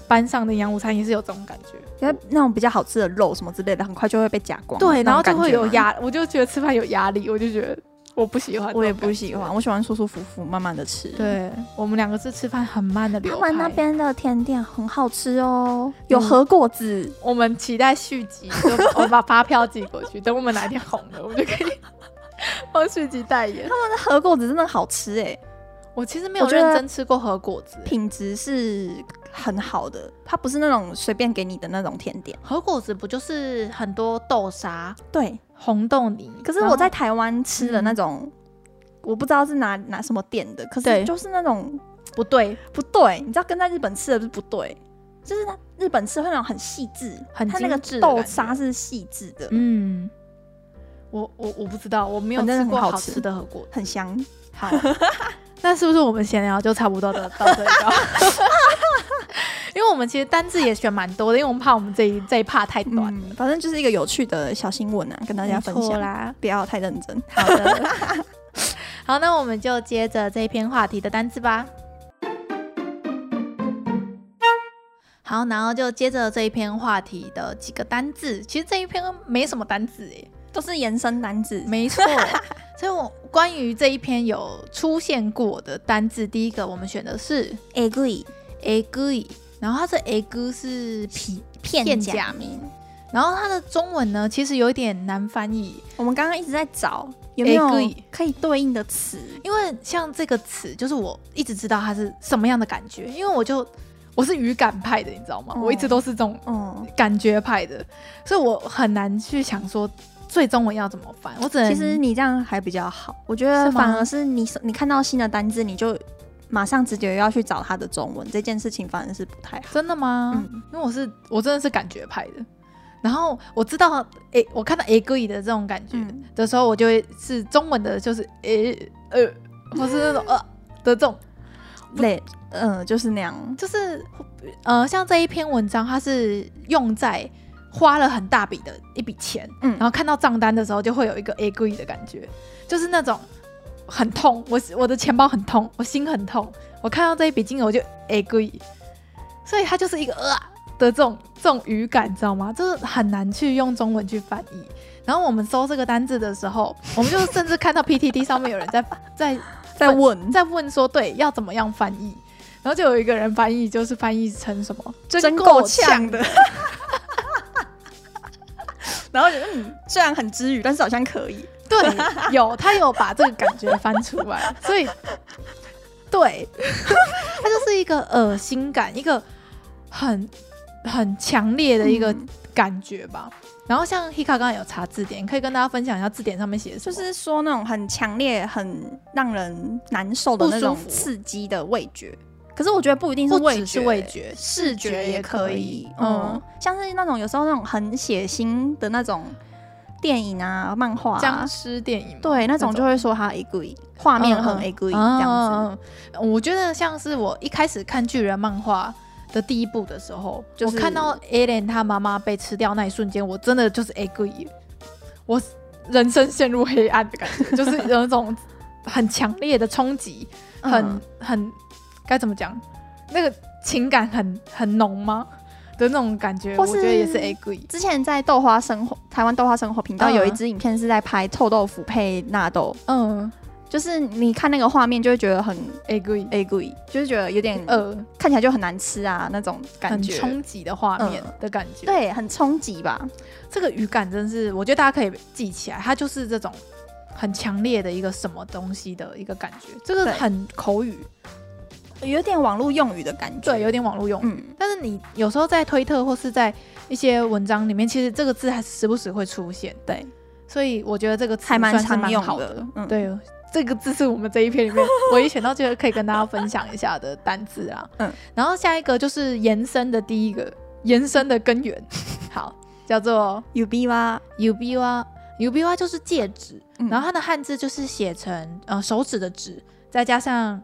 [SPEAKER 1] 班上的营养午餐也是有这种感觉，
[SPEAKER 2] 因为那种比较好吃的肉什么之类的，很快就会被夹光。
[SPEAKER 1] 对，然后就
[SPEAKER 2] 那种感
[SPEAKER 1] 会
[SPEAKER 2] 觉吗
[SPEAKER 1] 有。压，我就觉得吃饭有压力，我就觉得我不喜欢，
[SPEAKER 2] 我也不喜欢，。我喜欢舒舒服服，慢慢的吃。，
[SPEAKER 1] 对我们两个是吃饭很慢的流
[SPEAKER 4] 他
[SPEAKER 1] 派，
[SPEAKER 4] 们那边的甜点很好吃哦。
[SPEAKER 2] 有核果子，
[SPEAKER 1] 我们期待续集，就我们把发票寄过去，等我们哪一天红了，我们就 可以帮续集代言。
[SPEAKER 2] 那核果子真的好吃哎、
[SPEAKER 1] 我其实没有
[SPEAKER 2] 我觉得
[SPEAKER 1] 认真吃过和果子，
[SPEAKER 2] 品质是很好的，它不是那种随便给你的那种甜点。
[SPEAKER 1] 和果子不就是很多豆沙、
[SPEAKER 2] 对，
[SPEAKER 1] 红豆泥？
[SPEAKER 2] 可是
[SPEAKER 1] 然
[SPEAKER 2] 我
[SPEAKER 1] 后嗯
[SPEAKER 2] 在台湾吃的那种，我不知道是哪哪什么店的，可
[SPEAKER 1] 对
[SPEAKER 2] 是就是那种
[SPEAKER 1] 不对，
[SPEAKER 2] 不对，你知道跟在日本吃的是不对，就是它日本吃会那种很细致，
[SPEAKER 1] 很
[SPEAKER 2] 它那个
[SPEAKER 1] 精致的
[SPEAKER 2] 豆
[SPEAKER 1] 感觉
[SPEAKER 2] 沙是细致的，
[SPEAKER 1] 嗯，我我我不知道，我没有
[SPEAKER 2] 呃反正
[SPEAKER 1] 吃
[SPEAKER 2] 很
[SPEAKER 1] 过
[SPEAKER 2] 好
[SPEAKER 1] 好
[SPEAKER 2] 吃
[SPEAKER 1] 吃的和果子。
[SPEAKER 2] 很香。
[SPEAKER 1] 好，那是不是我们闲聊就差不多的到这里了？ 因为我们其实单字也选蛮多的，因为我们怕我们这一这一趴太短，
[SPEAKER 2] 嗯，反正就是一个有趣的小新闻啊，跟大
[SPEAKER 1] 大
[SPEAKER 2] 家分享。
[SPEAKER 1] 啦。
[SPEAKER 2] 不要太认真。
[SPEAKER 1] 好的，好，那我们就接着这一篇话题的单字吧。好，然后就接着这一篇话题的几个单字。其实这一篇没什么单字诶，
[SPEAKER 2] 都是延伸单字，
[SPEAKER 1] 没错。 所以我关于这一篇有出现过的单字，第一个我们选的是
[SPEAKER 4] えぐい、
[SPEAKER 1] a g 然后它的 a g 是皮，片
[SPEAKER 4] 片
[SPEAKER 1] 假
[SPEAKER 4] 假
[SPEAKER 1] 名然后它的中文呢其实有一点难翻译，
[SPEAKER 2] 我们刚刚一直在找有没有
[SPEAKER 1] えぐい
[SPEAKER 2] 可以对应的词。
[SPEAKER 1] 因为像这个词，就是我一直知道它是什么样的感觉，因为我就我是语感派的，你知道吗？
[SPEAKER 2] 哦
[SPEAKER 1] 我一直都是这种
[SPEAKER 2] 哦，
[SPEAKER 1] 感觉派的，所以我很难去想说最中文要怎么翻，我只能
[SPEAKER 2] 其实你这样还比较好，我觉
[SPEAKER 1] 是
[SPEAKER 2] 得
[SPEAKER 1] 吗
[SPEAKER 2] 反而是你你看到新的单字，你就马上直接要去找它的中文，这件事情反而是不太好。
[SPEAKER 1] 真的吗？
[SPEAKER 2] 嗯
[SPEAKER 1] 因为我是我真的是感觉派的，然后我知道诶，我看到 a g 的这种感觉，
[SPEAKER 2] 嗯，
[SPEAKER 1] 的时候，我就会是中文的，就是诶呃，或是那种呃的这种，
[SPEAKER 2] 累，嗯，就是那样。
[SPEAKER 1] 就是呃，像这一篇文章，它是用在花了很大笔的一笔钱，
[SPEAKER 2] 嗯
[SPEAKER 1] 然后看到账单的时候，就会有一个 agree 的感觉，就是那种很痛，我我的钱包很痛，我心很痛，我看到这一笔金额我就 agree，所以它就是一个呃啊的这种这种语感，你知道吗？就是很难去用中文去翻译。然后我们搜这个单字的时候，我们就甚至看到 PTT 上面有人在在
[SPEAKER 2] 在 问
[SPEAKER 1] 在问说对要怎么样翻译，然后就有一个人翻译就是翻译成什么
[SPEAKER 2] 真够呛 的。然后觉得嗯，虽然很知语，但是好像可以。
[SPEAKER 1] 对，有他有把这个感觉翻出 来，所以对，它就是一个恶心感，一个很很强烈的一个
[SPEAKER 2] 嗯
[SPEAKER 1] 感觉吧。然后像 Hika 刚刚有查字典，可以跟大家分享一下字典上面写的什
[SPEAKER 2] 就
[SPEAKER 1] 么，
[SPEAKER 2] 是说那种很强烈、很让人难受的那种
[SPEAKER 1] 不舒服
[SPEAKER 2] 刺激的味觉。可是我觉得不一定是
[SPEAKER 1] 不
[SPEAKER 2] 味
[SPEAKER 1] 只
[SPEAKER 2] 觉，
[SPEAKER 1] 是味觉，
[SPEAKER 2] 视觉也可以。嗯，像是那种有时候那种很血腥的那种电影啊、漫画、啊
[SPEAKER 1] 僵，尸电影嘛
[SPEAKER 2] 对那种就会说它 agree，画面
[SPEAKER 1] 嗯
[SPEAKER 2] 很
[SPEAKER 1] 嗯
[SPEAKER 2] agree
[SPEAKER 1] 嗯
[SPEAKER 2] 这样子。
[SPEAKER 1] 嗯嗯嗯我觉得像是我一开始看巨人漫画的第一部的时候，
[SPEAKER 2] 就是
[SPEAKER 1] 我看到 Alien 他妈妈被吃掉那一瞬间，我真的就是 A 个耶，我人生陷入黑暗的感觉，就是有一种很强烈的冲击，很、
[SPEAKER 2] 嗯
[SPEAKER 1] 很该怎么讲，那个情感很很浓吗？的那种感觉，
[SPEAKER 2] 或
[SPEAKER 1] 我
[SPEAKER 2] 是
[SPEAKER 1] 觉得也是 A 个耶
[SPEAKER 2] 之前在豆花生活，台湾豆花生活频道
[SPEAKER 1] 嗯
[SPEAKER 2] 有一支影片是在拍臭豆腐配纳豆，
[SPEAKER 1] 嗯
[SPEAKER 2] 就是你看那个画面就会觉得很
[SPEAKER 1] A 个耶
[SPEAKER 2] agree，就是觉得有点
[SPEAKER 1] 呃，
[SPEAKER 2] 看起来就很难吃啊那种感
[SPEAKER 1] 很
[SPEAKER 2] 觉，
[SPEAKER 1] 冲击的画面
[SPEAKER 2] 嗯
[SPEAKER 1] 的感觉，
[SPEAKER 2] 对，很冲击吧。
[SPEAKER 1] 这个语感真是，我觉得大家可以记起来，它就是这种很强烈的一个什么东西的一个感觉，这个
[SPEAKER 2] 对
[SPEAKER 1] 很口语，
[SPEAKER 2] 有点网络用语的感觉。
[SPEAKER 1] 对，有点网络用。
[SPEAKER 2] 嗯，
[SPEAKER 1] 但是你有时候在推特或是在一些文章里面，其实这个字还是时不时会出现，
[SPEAKER 2] 对，
[SPEAKER 1] 所以我觉得这个词
[SPEAKER 2] 还蛮
[SPEAKER 1] 算是
[SPEAKER 2] 常
[SPEAKER 1] 蛮
[SPEAKER 2] 用
[SPEAKER 1] 好
[SPEAKER 2] 的。嗯，
[SPEAKER 1] 对，这个字是我们这一 篇里面我一选到觉得可以跟大家分享一下的单字啊。
[SPEAKER 2] 嗯，
[SPEAKER 1] 然后下一个就是延伸的第一个延伸的根源， 好，叫做
[SPEAKER 2] ，ubi 哇，
[SPEAKER 1] ubi wa ubi wa 就是戒指，
[SPEAKER 2] 嗯
[SPEAKER 1] 然后它的汉字就是写成呃手指的指，再加上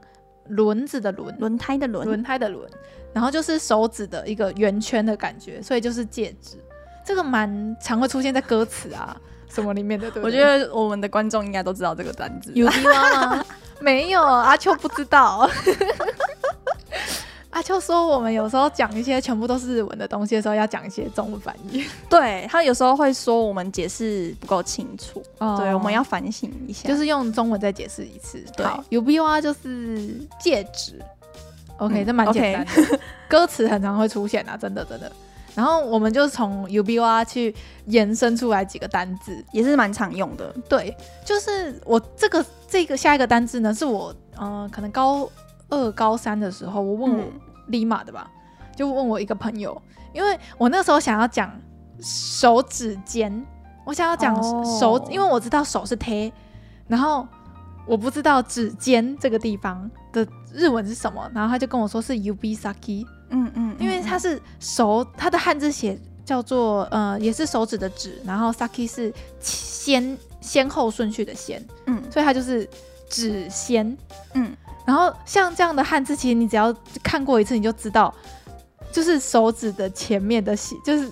[SPEAKER 1] 轮子的轮，
[SPEAKER 2] 轮胎的轮，
[SPEAKER 1] 轮胎的轮，然后就是手指的一个圆圈的感觉，所以就是戒指。这个蛮常会出现在歌词啊什么里面的，对不
[SPEAKER 2] 我
[SPEAKER 1] 对
[SPEAKER 2] 觉得我们的观众应该都知道这个单字。
[SPEAKER 1] 有低洼吗？ 没有，阿秋不知道。 阿秋说，我们有时候讲一些全部都是日文的东西的时候，要讲一些中文翻译。
[SPEAKER 2] 对他有时候会说我们解释不够清楚，
[SPEAKER 1] 哦
[SPEAKER 2] 对，我们要反省一下。
[SPEAKER 1] 就是是用中文再解释一次。
[SPEAKER 2] 对
[SPEAKER 1] 好，ubi wa 就是戒指。OK，、
[SPEAKER 2] 嗯
[SPEAKER 1] 这蛮简单的， 歌词很常会出现啊，真的真的。然后我们就从 ubi wa 去延伸出来几个单字，
[SPEAKER 2] 也是蛮常用的，
[SPEAKER 1] 对，就是我这个这个下一个单字呢，是我嗯、呃可能高二高三的时候，我问我
[SPEAKER 2] 嗯
[SPEAKER 1] 立马的吧，就问我一个朋友，因为我那时候想要讲手指尖，我想要讲
[SPEAKER 2] 哦
[SPEAKER 1] 手，因为我知道手是贴，然后我不知道指尖这个地方的日文是什么，然后他就跟我说是 ubisaki，
[SPEAKER 2] 嗯嗯，
[SPEAKER 1] 因为它是手，它的汉字写叫做呃，也是手指的指，然后 saki 是先先后顺序的先，
[SPEAKER 2] 嗯
[SPEAKER 1] 所以它就是指先。
[SPEAKER 2] 嗯，
[SPEAKER 1] 然后像这样的汉字，其实你只要看过一次，你就知道，就是手指的前面的写，就是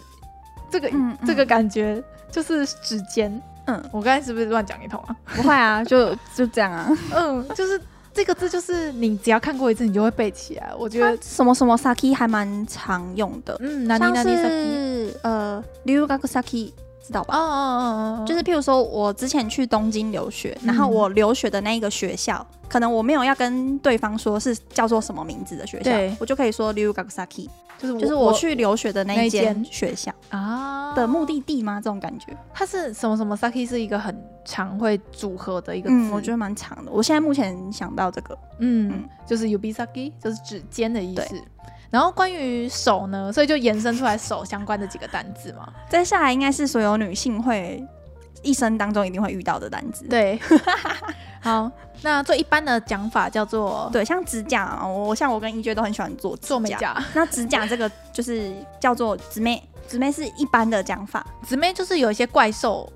[SPEAKER 1] 这个、
[SPEAKER 2] 嗯嗯
[SPEAKER 1] 这个感觉，就是指尖。
[SPEAKER 2] 嗯，
[SPEAKER 1] 我刚才是不是乱讲一通啊？
[SPEAKER 2] 不会啊，就就这 样啊。
[SPEAKER 1] 嗯，就是这个字，就是你只要看过一次，你就会背起来。我觉
[SPEAKER 2] 它
[SPEAKER 1] 得，
[SPEAKER 2] 什么什么 saki 还蛮常用的，
[SPEAKER 1] 嗯，哪里
[SPEAKER 2] 像
[SPEAKER 1] 哪里 saki，
[SPEAKER 2] 是呃留学 saki 知道
[SPEAKER 1] 哦哦
[SPEAKER 2] 吧？
[SPEAKER 1] 哦哦，
[SPEAKER 2] 就是譬如说，我之前去东京留学，
[SPEAKER 1] 嗯
[SPEAKER 2] 然后我留学的那一个学校，可能我没有要跟对方说是叫做什么名字的学校
[SPEAKER 1] 对，
[SPEAKER 2] 我就可以说 Liu Gakusaki，
[SPEAKER 1] 就是
[SPEAKER 2] 就是我去留学的那一
[SPEAKER 1] 那一
[SPEAKER 2] 间
[SPEAKER 1] 间
[SPEAKER 2] 学校
[SPEAKER 1] 啊
[SPEAKER 2] 的目的地吗？这种感觉，
[SPEAKER 1] 它是什么什么 saki 是一个很常会组合的一个字，
[SPEAKER 2] 嗯，我觉得蛮长的。我现在目前想到这个，
[SPEAKER 1] 嗯
[SPEAKER 2] 嗯，
[SPEAKER 1] 就是 ubi saki 就是指尖的意思。然后关于手呢，所以就延伸出来手相关的几个单字 嘛。
[SPEAKER 2] 再下来应该是所有女性会一生当中一定会遇到的单词。
[SPEAKER 1] 对， 好，那最一般的讲法叫做
[SPEAKER 2] 对，像指甲啊，我像我跟一娟都很喜欢做指
[SPEAKER 1] 做美甲，
[SPEAKER 2] 那指甲这个就是叫做姊妹，姊妹是一般的讲法，
[SPEAKER 1] 姊妹就是有一些怪兽，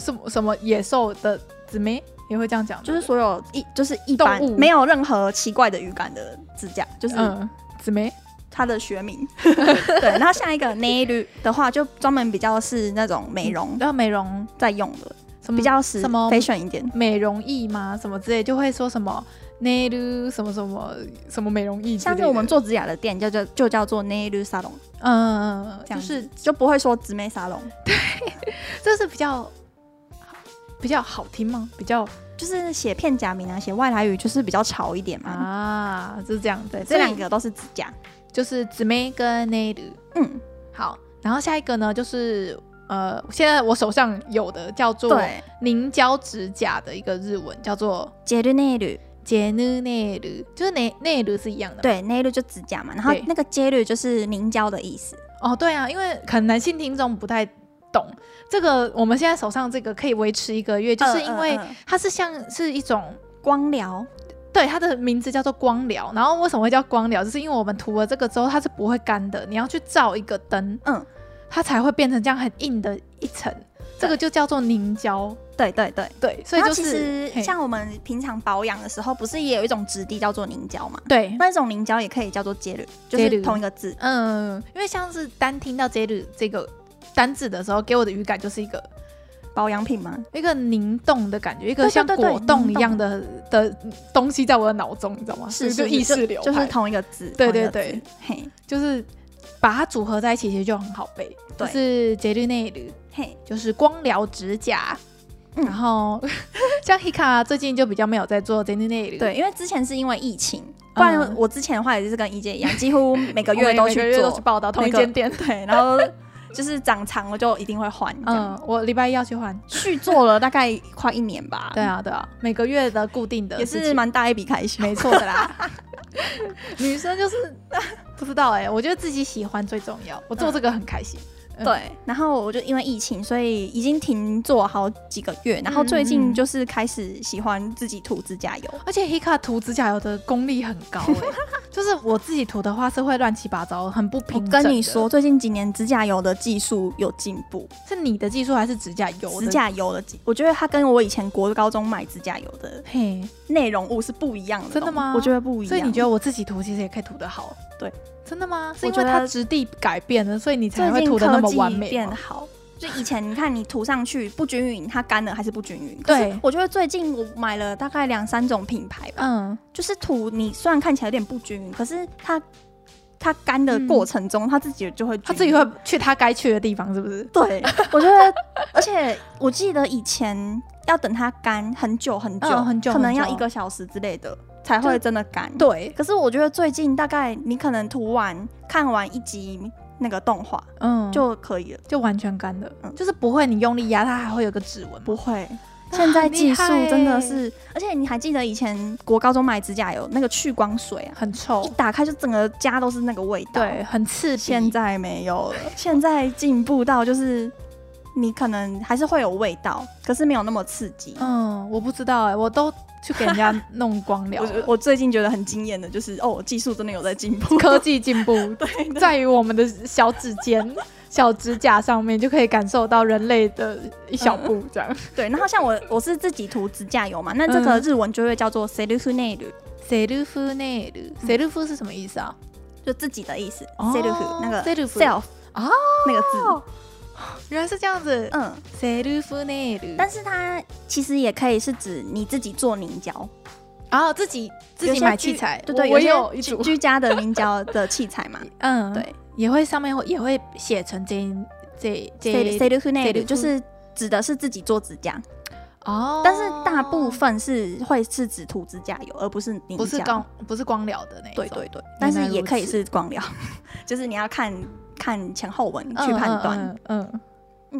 [SPEAKER 1] 什么什么野兽的姊妹也会这样讲，
[SPEAKER 2] 就是
[SPEAKER 1] 对不
[SPEAKER 2] 所有一就是一般
[SPEAKER 1] 动物
[SPEAKER 2] 没有任何奇怪的语感的指甲，就是
[SPEAKER 1] 对嗯姊妹
[SPEAKER 2] 它的学 名。对，然后下一个 nail 的话，就专门比较是那种美容
[SPEAKER 1] 然后美容
[SPEAKER 2] 在用的，
[SPEAKER 1] 什么
[SPEAKER 2] 嗯比较
[SPEAKER 1] 嗯
[SPEAKER 2] 时
[SPEAKER 1] 什么
[SPEAKER 2] fashion 一点。
[SPEAKER 1] 美容液吗？什么之类，就会说什么 nail 什么什么什么美容液之类的，
[SPEAKER 2] 像是我们做指甲的店就叫就叫做 nail salon，
[SPEAKER 1] 嗯，嗯嗯，
[SPEAKER 2] 这
[SPEAKER 1] 就
[SPEAKER 2] 样子
[SPEAKER 1] 是
[SPEAKER 2] 就不会说姊妹沙龙，
[SPEAKER 1] 这是比较比较好听吗？比较
[SPEAKER 2] 就是写片假名啊，写外来语就是比较潮一点嘛。
[SPEAKER 1] 啊，就是这样对，
[SPEAKER 2] 这两
[SPEAKER 1] 所以
[SPEAKER 2] 个都是指甲，
[SPEAKER 1] 就是姊妹跟 nail。
[SPEAKER 2] 嗯，
[SPEAKER 1] 好，然后下一个呢就是呃，现在我手上有的叫做
[SPEAKER 2] 对，
[SPEAKER 1] 凝胶指甲的一个日文叫做
[SPEAKER 2] 杰日 nail。
[SPEAKER 1] 杰努内鲁，就是内内鲁是一样的吗。
[SPEAKER 2] 对，内绿就指甲嘛，然后
[SPEAKER 1] 对
[SPEAKER 2] 那个接绿就是凝胶的意思。
[SPEAKER 1] 哦，对啊，因为可能男性听众不太懂这个，我们现在手上这个可以维持一个月，就是因为
[SPEAKER 2] 嗯嗯嗯
[SPEAKER 1] 它是像是一种
[SPEAKER 2] 光疗，
[SPEAKER 1] 对，它的名字叫做光疗。然后为什么会叫光疗？就是因为我们涂了这个之后，它是不会干的，你要去照一个灯，
[SPEAKER 2] 嗯，
[SPEAKER 1] 它才会变成这样很硬的一层。这个就叫做凝胶。
[SPEAKER 2] 对对对。
[SPEAKER 1] 对，所以
[SPEAKER 2] 然后
[SPEAKER 1] 就
[SPEAKER 2] 其
[SPEAKER 1] 是
[SPEAKER 2] 实
[SPEAKER 1] 嘿
[SPEAKER 2] 像我们平常保养的时候，不是也有一种质地叫做凝胶嘛？
[SPEAKER 1] 对，
[SPEAKER 2] 那种凝胶也可以叫做接绿，就
[SPEAKER 1] 接
[SPEAKER 2] 是
[SPEAKER 1] 绿
[SPEAKER 2] 同一个字。
[SPEAKER 1] 嗯，因为像是单听到 “j 日这个单字的时候，给我的语感就是一个
[SPEAKER 2] 保养品嘛，
[SPEAKER 1] 一个凝冻的感觉，一个
[SPEAKER 2] 对对
[SPEAKER 1] 像
[SPEAKER 2] 对对
[SPEAKER 1] 果冻一
[SPEAKER 2] 凝
[SPEAKER 1] 样的的东西在我的脑中，你知道吗？
[SPEAKER 2] 是
[SPEAKER 1] 哦就是意
[SPEAKER 2] 就
[SPEAKER 1] 识流
[SPEAKER 2] 就
[SPEAKER 1] 派
[SPEAKER 2] 是同一个字。
[SPEAKER 1] 对
[SPEAKER 2] 同一个
[SPEAKER 1] 对对
[SPEAKER 2] 字，嘿
[SPEAKER 1] 就是把它组合在一起，其实就很好背。就
[SPEAKER 2] 对
[SPEAKER 1] 是 j 日内日。
[SPEAKER 2] 嘿，
[SPEAKER 1] 就是光疗指甲，
[SPEAKER 2] 嗯
[SPEAKER 1] 然后 像 Hika 最近就比较没有在做 d e n y
[SPEAKER 2] 对，因为之前是因为疫情，不然
[SPEAKER 1] 嗯
[SPEAKER 2] 我之前的话也是跟一姐一样，几乎每个
[SPEAKER 1] 我
[SPEAKER 2] 月
[SPEAKER 1] 每
[SPEAKER 2] 都
[SPEAKER 1] 每
[SPEAKER 2] 去
[SPEAKER 1] 个月
[SPEAKER 2] 做
[SPEAKER 1] 都去报道同
[SPEAKER 2] 那
[SPEAKER 1] 一
[SPEAKER 2] 个
[SPEAKER 1] 间店。
[SPEAKER 2] 对，然后就是长长了就一定会换，嗯，
[SPEAKER 1] 嗯，我礼拜一要去换。
[SPEAKER 2] 续做了大概快一年吧，
[SPEAKER 1] 对啊，对啊，每个月的固定的
[SPEAKER 2] 也
[SPEAKER 1] 事
[SPEAKER 2] 是
[SPEAKER 1] 情
[SPEAKER 2] 蛮大一笔开销。
[SPEAKER 1] 没错的 啦。 欸女生就是不知道哎、我觉得自己喜欢最重要。我做这个很开心，嗯
[SPEAKER 2] 对，然后我就因为疫情，所以已经停做好几个月，然后
[SPEAKER 1] 嗯
[SPEAKER 2] 最
[SPEAKER 1] 嗯
[SPEAKER 2] 近
[SPEAKER 1] 嗯
[SPEAKER 2] 就是开始喜欢自己涂指甲油。
[SPEAKER 1] 而且 Hika 涂指甲油的功力很 高、欸，就是我自己涂的话是会乱七八糟，很不
[SPEAKER 2] 我
[SPEAKER 1] 平整。
[SPEAKER 2] 跟你说，，最近几年指甲油的技术有进步，
[SPEAKER 1] 是你的技术还是指甲油的？
[SPEAKER 2] 指甲油的技，我觉得它跟我以前国高中买指甲油的
[SPEAKER 1] 嘿，
[SPEAKER 2] 内容物是不一样的东西，
[SPEAKER 1] 真的吗
[SPEAKER 2] 我觉得不一样。
[SPEAKER 1] 所以你觉得我自己涂其实也可以涂得好？
[SPEAKER 2] 对，
[SPEAKER 1] 真的吗？是
[SPEAKER 2] 我
[SPEAKER 1] 因
[SPEAKER 2] 觉
[SPEAKER 1] 为它
[SPEAKER 2] 得
[SPEAKER 1] 质地改变了，所以你才
[SPEAKER 2] 最
[SPEAKER 1] 会
[SPEAKER 2] 近
[SPEAKER 1] 涂
[SPEAKER 2] 科技
[SPEAKER 1] 的那么完美
[SPEAKER 2] 变
[SPEAKER 1] 吗。
[SPEAKER 2] 好。就以前你看你涂上去不均匀，它干了还是不均匀。
[SPEAKER 1] 对
[SPEAKER 2] 可是我觉得最近我买了大概两三种品牌吧，
[SPEAKER 1] 嗯，
[SPEAKER 2] 就是涂你虽然看起来有点不均匀，可是它它干的过程中，它自己就会均匀
[SPEAKER 1] 它自己会去它该去的地方，是不是？
[SPEAKER 2] 对，我觉得，而且我记得以前要等它干很久很久、
[SPEAKER 1] 嗯很久
[SPEAKER 2] 可能
[SPEAKER 1] 很久
[SPEAKER 2] 要一个小时之类的才会真的干。，
[SPEAKER 1] 对，
[SPEAKER 2] 可是我觉得最近大概你可能涂完看完一集那个动画
[SPEAKER 1] 嗯，就
[SPEAKER 2] 就可以了，
[SPEAKER 1] 就完全干的，
[SPEAKER 2] 嗯
[SPEAKER 1] 就是不会你用力压它还会有个指纹
[SPEAKER 2] 不
[SPEAKER 1] 吗。
[SPEAKER 2] 会。
[SPEAKER 1] 那
[SPEAKER 2] 现在
[SPEAKER 1] 很厉
[SPEAKER 2] 技术
[SPEAKER 1] 害欸
[SPEAKER 2] 真的是，而且你还记得以前国高中买指甲油那个去光水啊，
[SPEAKER 1] 很臭
[SPEAKER 2] 一，打开就整个家都是那个味道。
[SPEAKER 1] 对，很刺鼻。
[SPEAKER 2] 现在没有了，现在进步到就是你可能还是会有味道，可是没有那么刺激。
[SPEAKER 1] 嗯，我不知道哎、我都去给人家弄光了
[SPEAKER 2] 我
[SPEAKER 1] 了。
[SPEAKER 2] 我最近觉得很惊艳的就是哦，技术真的有在进 步。
[SPEAKER 1] 科技 进步
[SPEAKER 2] 对的，
[SPEAKER 1] 在于我们的小指 尖、小指甲上面，就可以感受到人类的一小步这样。
[SPEAKER 2] 对。然后像我我是自己涂指甲油嘛，那这个
[SPEAKER 1] 嗯
[SPEAKER 2] 日文就会叫做 s e l f n a i l
[SPEAKER 1] セルフネイル，セルフ是什么意思啊？
[SPEAKER 2] 就自己的意思。
[SPEAKER 1] 哦
[SPEAKER 2] self 那个
[SPEAKER 1] self
[SPEAKER 2] self
[SPEAKER 1] 哦
[SPEAKER 2] 那个字，
[SPEAKER 1] 原来是这样子。
[SPEAKER 2] 嗯，
[SPEAKER 1] 啊セルフネイル，
[SPEAKER 2] 但是它其实也可以是指你自己做凝胶，
[SPEAKER 1] 然后自己自
[SPEAKER 2] 有
[SPEAKER 1] 己
[SPEAKER 2] 些
[SPEAKER 1] 买
[SPEAKER 2] 居
[SPEAKER 1] 器材，
[SPEAKER 2] 对对，
[SPEAKER 1] 我我也
[SPEAKER 2] 有
[SPEAKER 1] 有
[SPEAKER 2] 些
[SPEAKER 1] 一
[SPEAKER 2] 居
[SPEAKER 1] 组，
[SPEAKER 2] 居家的凝胶的器材 嘛，
[SPEAKER 1] 嗯，
[SPEAKER 2] 对，。
[SPEAKER 1] 也会上面会也会写成这这
[SPEAKER 2] C
[SPEAKER 1] 这
[SPEAKER 2] C 六 Q 内
[SPEAKER 1] Seluku
[SPEAKER 2] 就是指的是自己做指甲，
[SPEAKER 1] 哦，
[SPEAKER 2] 但是大部分是会是指涂指甲油，而不是凝胶。
[SPEAKER 1] 不是光不是光疗的那一种
[SPEAKER 2] 对对对，但是也可以是光疗， 就是你要看看前后文去判断。
[SPEAKER 1] 嗯嗯嗯嗯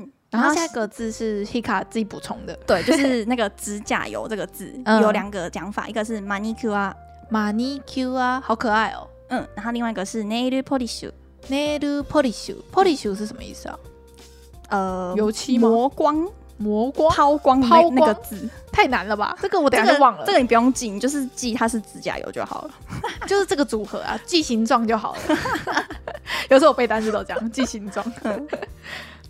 [SPEAKER 2] 嗯
[SPEAKER 1] 然后
[SPEAKER 2] 然后
[SPEAKER 1] 下一
[SPEAKER 2] 是
[SPEAKER 1] 个字是 Hika 自己补充的，
[SPEAKER 2] 对，就是那个指甲油这个字
[SPEAKER 1] 嗯
[SPEAKER 2] 有两个讲法，一个是 manicure，啊
[SPEAKER 1] 马尼 Q 啊，好可爱哦。
[SPEAKER 2] 嗯，然后另外一个是 nail polish，
[SPEAKER 1] Nail polish，polish 是什么意思啊？
[SPEAKER 2] 呃，
[SPEAKER 1] 油漆吗？
[SPEAKER 2] 磨光、
[SPEAKER 1] 磨光？
[SPEAKER 2] 抛光的
[SPEAKER 1] 抛
[SPEAKER 2] 那那个
[SPEAKER 1] 光
[SPEAKER 2] 字。
[SPEAKER 1] 太难了吧？这个我等一
[SPEAKER 2] 这
[SPEAKER 1] 下
[SPEAKER 2] 个
[SPEAKER 1] 就忘了。
[SPEAKER 2] 这个你不用记，你就是记它是指甲油就好了。
[SPEAKER 1] 就是这个组合啊， 记形状就好了。 有时候我背单词都这样，记形状。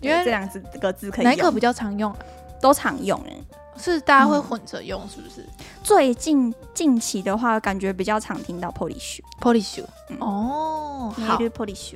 [SPEAKER 1] 因
[SPEAKER 2] 对这
[SPEAKER 1] 为
[SPEAKER 2] 两个字这个字可
[SPEAKER 1] 哪
[SPEAKER 2] 以
[SPEAKER 1] 一个
[SPEAKER 2] 用
[SPEAKER 1] 比，较常用啊？
[SPEAKER 2] 都常用哎。
[SPEAKER 1] 是大家会混着用，是不是
[SPEAKER 2] 最近近期的话，感觉比较常听到 Polish，
[SPEAKER 1] ？Polish
[SPEAKER 2] 嗯
[SPEAKER 1] 哦，好
[SPEAKER 2] 好。Polish，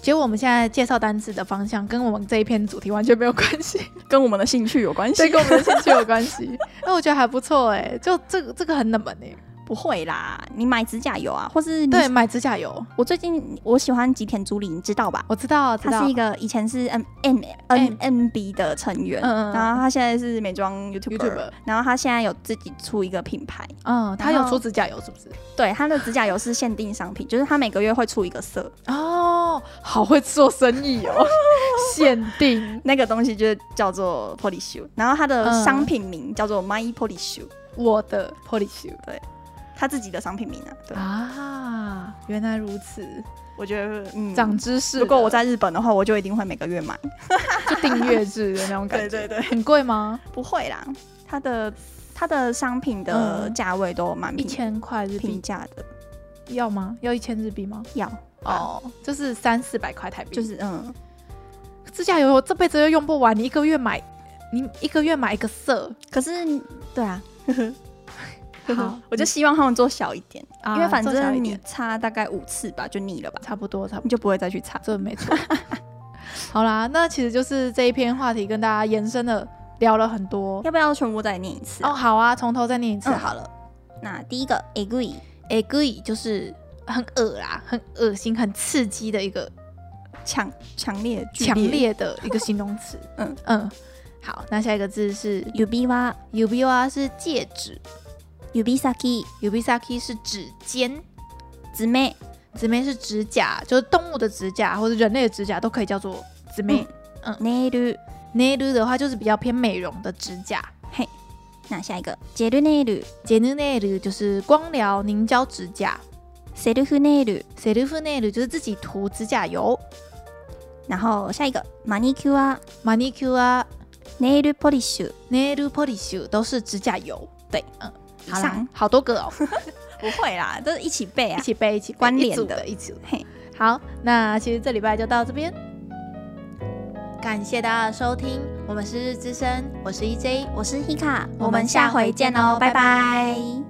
[SPEAKER 1] 结果我们现在介绍单词的方向跟我们这一篇主题完全没有关系，
[SPEAKER 2] 跟我们的兴趣有关
[SPEAKER 1] 对，
[SPEAKER 2] 系？
[SPEAKER 1] 跟我们的兴趣有关系。 那我觉得还不错哎、就这个这个很冷门哎、
[SPEAKER 2] 不会啦，你买指甲油啊，或是你
[SPEAKER 1] 对，买指甲油，
[SPEAKER 2] 我最近我喜欢吉田朱里，你知道吧？
[SPEAKER 1] 我知道，知
[SPEAKER 2] 他
[SPEAKER 1] 道
[SPEAKER 2] 是一。个以前是 M M M M B 的成员，
[SPEAKER 1] 嗯嗯嗯
[SPEAKER 2] 然后他现在是美妆 YouTuber，
[SPEAKER 1] YouTuber
[SPEAKER 2] 然后他现在有自己出一个品牌，
[SPEAKER 1] 嗯，他
[SPEAKER 2] 然
[SPEAKER 1] 有
[SPEAKER 2] 后
[SPEAKER 1] 出指甲油是不是？
[SPEAKER 2] 对，他的指甲油是限定 商品，就是他每个月会出一个色，
[SPEAKER 1] 哦，好会做生意 哦，限定
[SPEAKER 2] 那个东西就叫做 Polish，然后它
[SPEAKER 1] 嗯
[SPEAKER 2] 的商品名叫做 My Polish，
[SPEAKER 1] 我的 polish
[SPEAKER 2] 他自己的商品名啊，对。
[SPEAKER 1] 啊，原来如此，
[SPEAKER 2] 我觉得嗯，
[SPEAKER 1] 长知识了。
[SPEAKER 2] 如果我在日本的话，我就一定会每个月买。
[SPEAKER 1] 就订阅制的那种 感觉，
[SPEAKER 2] 对对对
[SPEAKER 1] 很贵吗？
[SPEAKER 2] 不会啦，它的它的商品的
[SPEAKER 1] 嗯
[SPEAKER 2] 价位都蛮
[SPEAKER 1] 一
[SPEAKER 2] 平
[SPEAKER 1] 千块日
[SPEAKER 2] 平
[SPEAKER 1] 币
[SPEAKER 2] 价的，
[SPEAKER 1] 要吗？要一千日币吗？
[SPEAKER 2] 要
[SPEAKER 1] 哦，就是三四百块台币。
[SPEAKER 2] 就是嗯，
[SPEAKER 1] 指甲油，我这辈子又用不完，你一个月买，你一个月买一个色，
[SPEAKER 2] 可是对 啊，
[SPEAKER 1] 好
[SPEAKER 2] 我就希望他们做小一点，
[SPEAKER 1] 啊
[SPEAKER 2] 因为反
[SPEAKER 1] 做小一
[SPEAKER 2] 正你
[SPEAKER 1] 点
[SPEAKER 2] 擦大概五次吧，就腻了吧，
[SPEAKER 1] 差不多，差不
[SPEAKER 2] 你
[SPEAKER 1] 多，
[SPEAKER 2] 就不会再去擦。
[SPEAKER 1] 这没错。 好啦，那其实就是这一篇话题跟大家延伸的聊了很多。
[SPEAKER 2] 要不要全部再念一次
[SPEAKER 1] 哦，
[SPEAKER 2] 啊？
[SPEAKER 1] 好啊，从头再念一次
[SPEAKER 2] 嗯
[SPEAKER 1] 好了。
[SPEAKER 2] 那第一个 agree，
[SPEAKER 1] 哎、g r e e 就是很恶啦，很恶心、很刺激的一个
[SPEAKER 2] 强强烈剧。
[SPEAKER 1] 强烈的一个形容词
[SPEAKER 2] 嗯
[SPEAKER 1] 嗯，好，那下一个字是
[SPEAKER 4] 指輪
[SPEAKER 1] ubiwa，是戒指
[SPEAKER 4] 指先
[SPEAKER 1] ，ubisaki 是指尖，
[SPEAKER 4] 爪目
[SPEAKER 1] 姊妹是指甲，就是动物的指甲或者人类的指甲都可以叫做姊妹。
[SPEAKER 4] ネイル
[SPEAKER 1] nail 的话就是比较偏美容的指甲
[SPEAKER 4] 那下一个ジェルネイル
[SPEAKER 1] ，gel nail 就是光疗凝胶指甲
[SPEAKER 4] セルフネイル
[SPEAKER 1] ，self nail 就是自己涂指甲油。
[SPEAKER 2] 然后下一个マニキュア、
[SPEAKER 1] 马尼 Q 啊、
[SPEAKER 2] ネイルポリッシュ。
[SPEAKER 1] ネイルポリッシュ都是指甲油。对，嗯，
[SPEAKER 2] 以
[SPEAKER 1] 好啦
[SPEAKER 2] 上，
[SPEAKER 1] 好多个哦，
[SPEAKER 5] 不会啦，都是一起背
[SPEAKER 1] 一
[SPEAKER 5] 啊。
[SPEAKER 1] 起背一起背
[SPEAKER 5] 关
[SPEAKER 1] 一
[SPEAKER 5] 联
[SPEAKER 1] 组
[SPEAKER 5] 的
[SPEAKER 1] 的，一组的。
[SPEAKER 5] 嘿，
[SPEAKER 1] 好，那其实这礼拜就到这边，感谢大家的收听，我们是日之声，我是 E EJ，
[SPEAKER 2] 我是 Hika，
[SPEAKER 1] 我们下回见哦拜
[SPEAKER 2] 拜